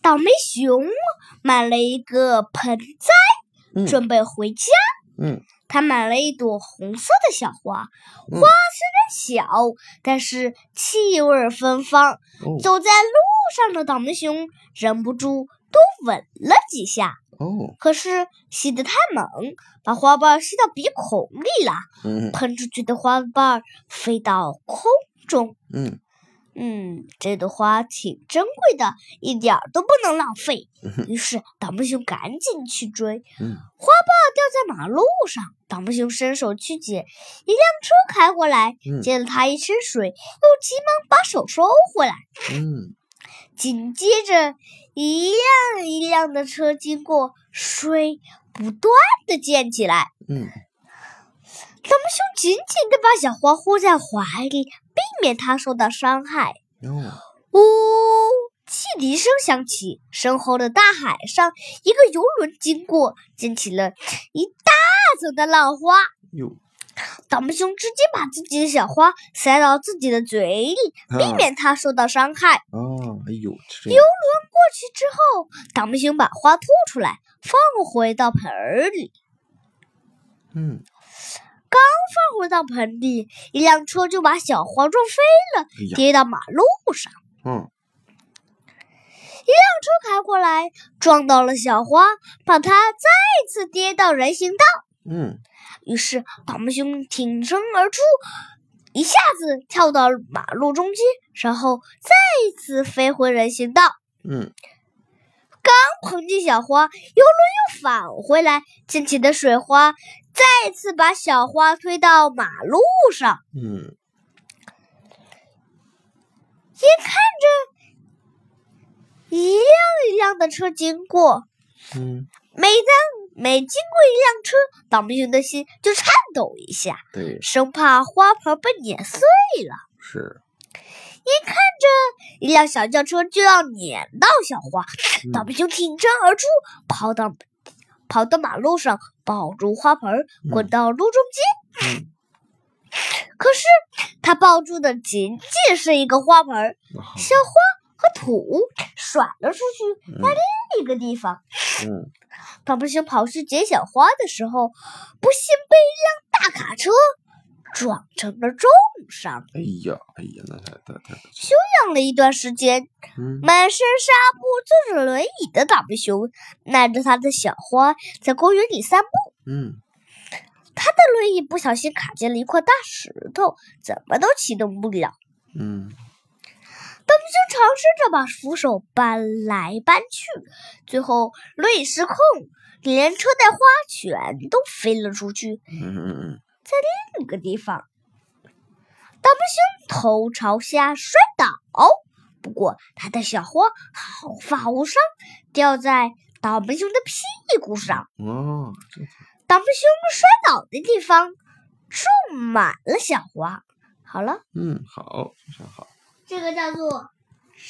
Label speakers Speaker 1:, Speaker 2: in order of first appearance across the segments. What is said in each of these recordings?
Speaker 1: 倒霉熊买了一个盆栽，
Speaker 2: 嗯
Speaker 1: 准备回家。
Speaker 2: 嗯
Speaker 1: 他买了一朵红色的小花，
Speaker 2: 嗯
Speaker 1: 花虽然小，但是气味芬芳。
Speaker 2: 哦
Speaker 1: 走在路上的倒霉熊忍不住多吻了几下，
Speaker 2: 哦
Speaker 1: 可是吸得太猛，把花瓣吸到鼻孔里了，
Speaker 2: 嗯
Speaker 1: 喷出去的花瓣飞到空中。
Speaker 2: 嗯
Speaker 1: 嗯，这朵花挺珍贵的，一点儿都不能浪费。于是倒霉熊赶紧去追，
Speaker 2: 嗯
Speaker 1: 花瓣掉在马路上，倒霉熊伸手去捡，一辆车开过来，
Speaker 2: 嗯
Speaker 1: 溅了他一身水，又急忙把手收回来。
Speaker 2: 嗯
Speaker 1: 紧接着，一辆一辆的车经过，水不断的溅起来。
Speaker 2: 嗯
Speaker 1: 倒霉熊紧紧的把小花护在怀里，避免它受到伤害。
Speaker 2: 哦
Speaker 1: 呜、汽笛声响起，身后的大海上，一个游轮经过，溅起了一大层的浪花。
Speaker 2: 哟，
Speaker 1: 倒霉熊直接把自己的小花塞到自己的嘴里，避
Speaker 2: 啊
Speaker 1: 免它受到伤害。
Speaker 2: 哦，哎呦，是这样
Speaker 1: 过去之后，倒霉熊把花吐出来，放回到盆儿里。
Speaker 2: 嗯，
Speaker 1: 放回到盆里，一辆车就把小花撞飞了，
Speaker 2: 哎呀，
Speaker 1: 跌到马路上。
Speaker 2: 嗯
Speaker 1: 车开过来，撞到了小花，把它再次跌到人行道。
Speaker 2: 嗯
Speaker 1: 于是，倒霉熊挺身而出，一下子跳到马路中间，然后再次飞回人行道。
Speaker 2: 嗯
Speaker 1: 捧起小花，游轮又返回来，溅起的水花再次把小花推到马路上。
Speaker 2: 嗯
Speaker 1: 一辆一辆的车经过，
Speaker 2: 嗯，
Speaker 1: 每当每经过一辆车，倒霉熊的心就颤抖一下，
Speaker 2: 对，
Speaker 1: 生怕花盆被碾碎。
Speaker 2: 是，
Speaker 1: 一辆小轿车就要碾到小花，
Speaker 2: 嗯
Speaker 1: 倒霉熊挺身而出，跑到跑到马路上，抱住花盆儿，滚
Speaker 2: 嗯
Speaker 1: 到路中间。
Speaker 2: 嗯，
Speaker 1: 可是他抱住的仅仅是一个花盆儿，
Speaker 2: 好，
Speaker 1: 小花和土甩了出去
Speaker 2: 嗯
Speaker 1: 另一个地方。
Speaker 2: 嗯
Speaker 1: 倒霉熊跑去捡小花的时候，不幸被一辆大卡车撞成了重伤。
Speaker 2: 哎呀，哎呀，那太太太，
Speaker 1: 这样的一段时间，
Speaker 2: 嗯
Speaker 1: 满身纱布、坐着轮椅的倒霉熊，拿着他的小花在公园里散步。
Speaker 2: 嗯
Speaker 1: 他的轮椅不小心卡进了一块大石头，怎么都启动不了。
Speaker 2: 嗯
Speaker 1: 倒霉熊尝试着把扶手搬来搬去，最后轮椅失控，连车带花全都飞了出去
Speaker 2: 嗯嗯
Speaker 1: 另一个地方。倒霉熊头朝下摔倒，不过他的小花毫发无伤，掉在倒霉熊的屁股上。
Speaker 2: 嗯，哦，这
Speaker 1: 倒霉熊摔倒的地方种满了小花。好了，
Speaker 2: 嗯好，非常好
Speaker 1: 这个叫做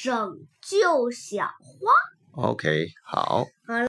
Speaker 1: 拯救小花。
Speaker 2: ，OK，好。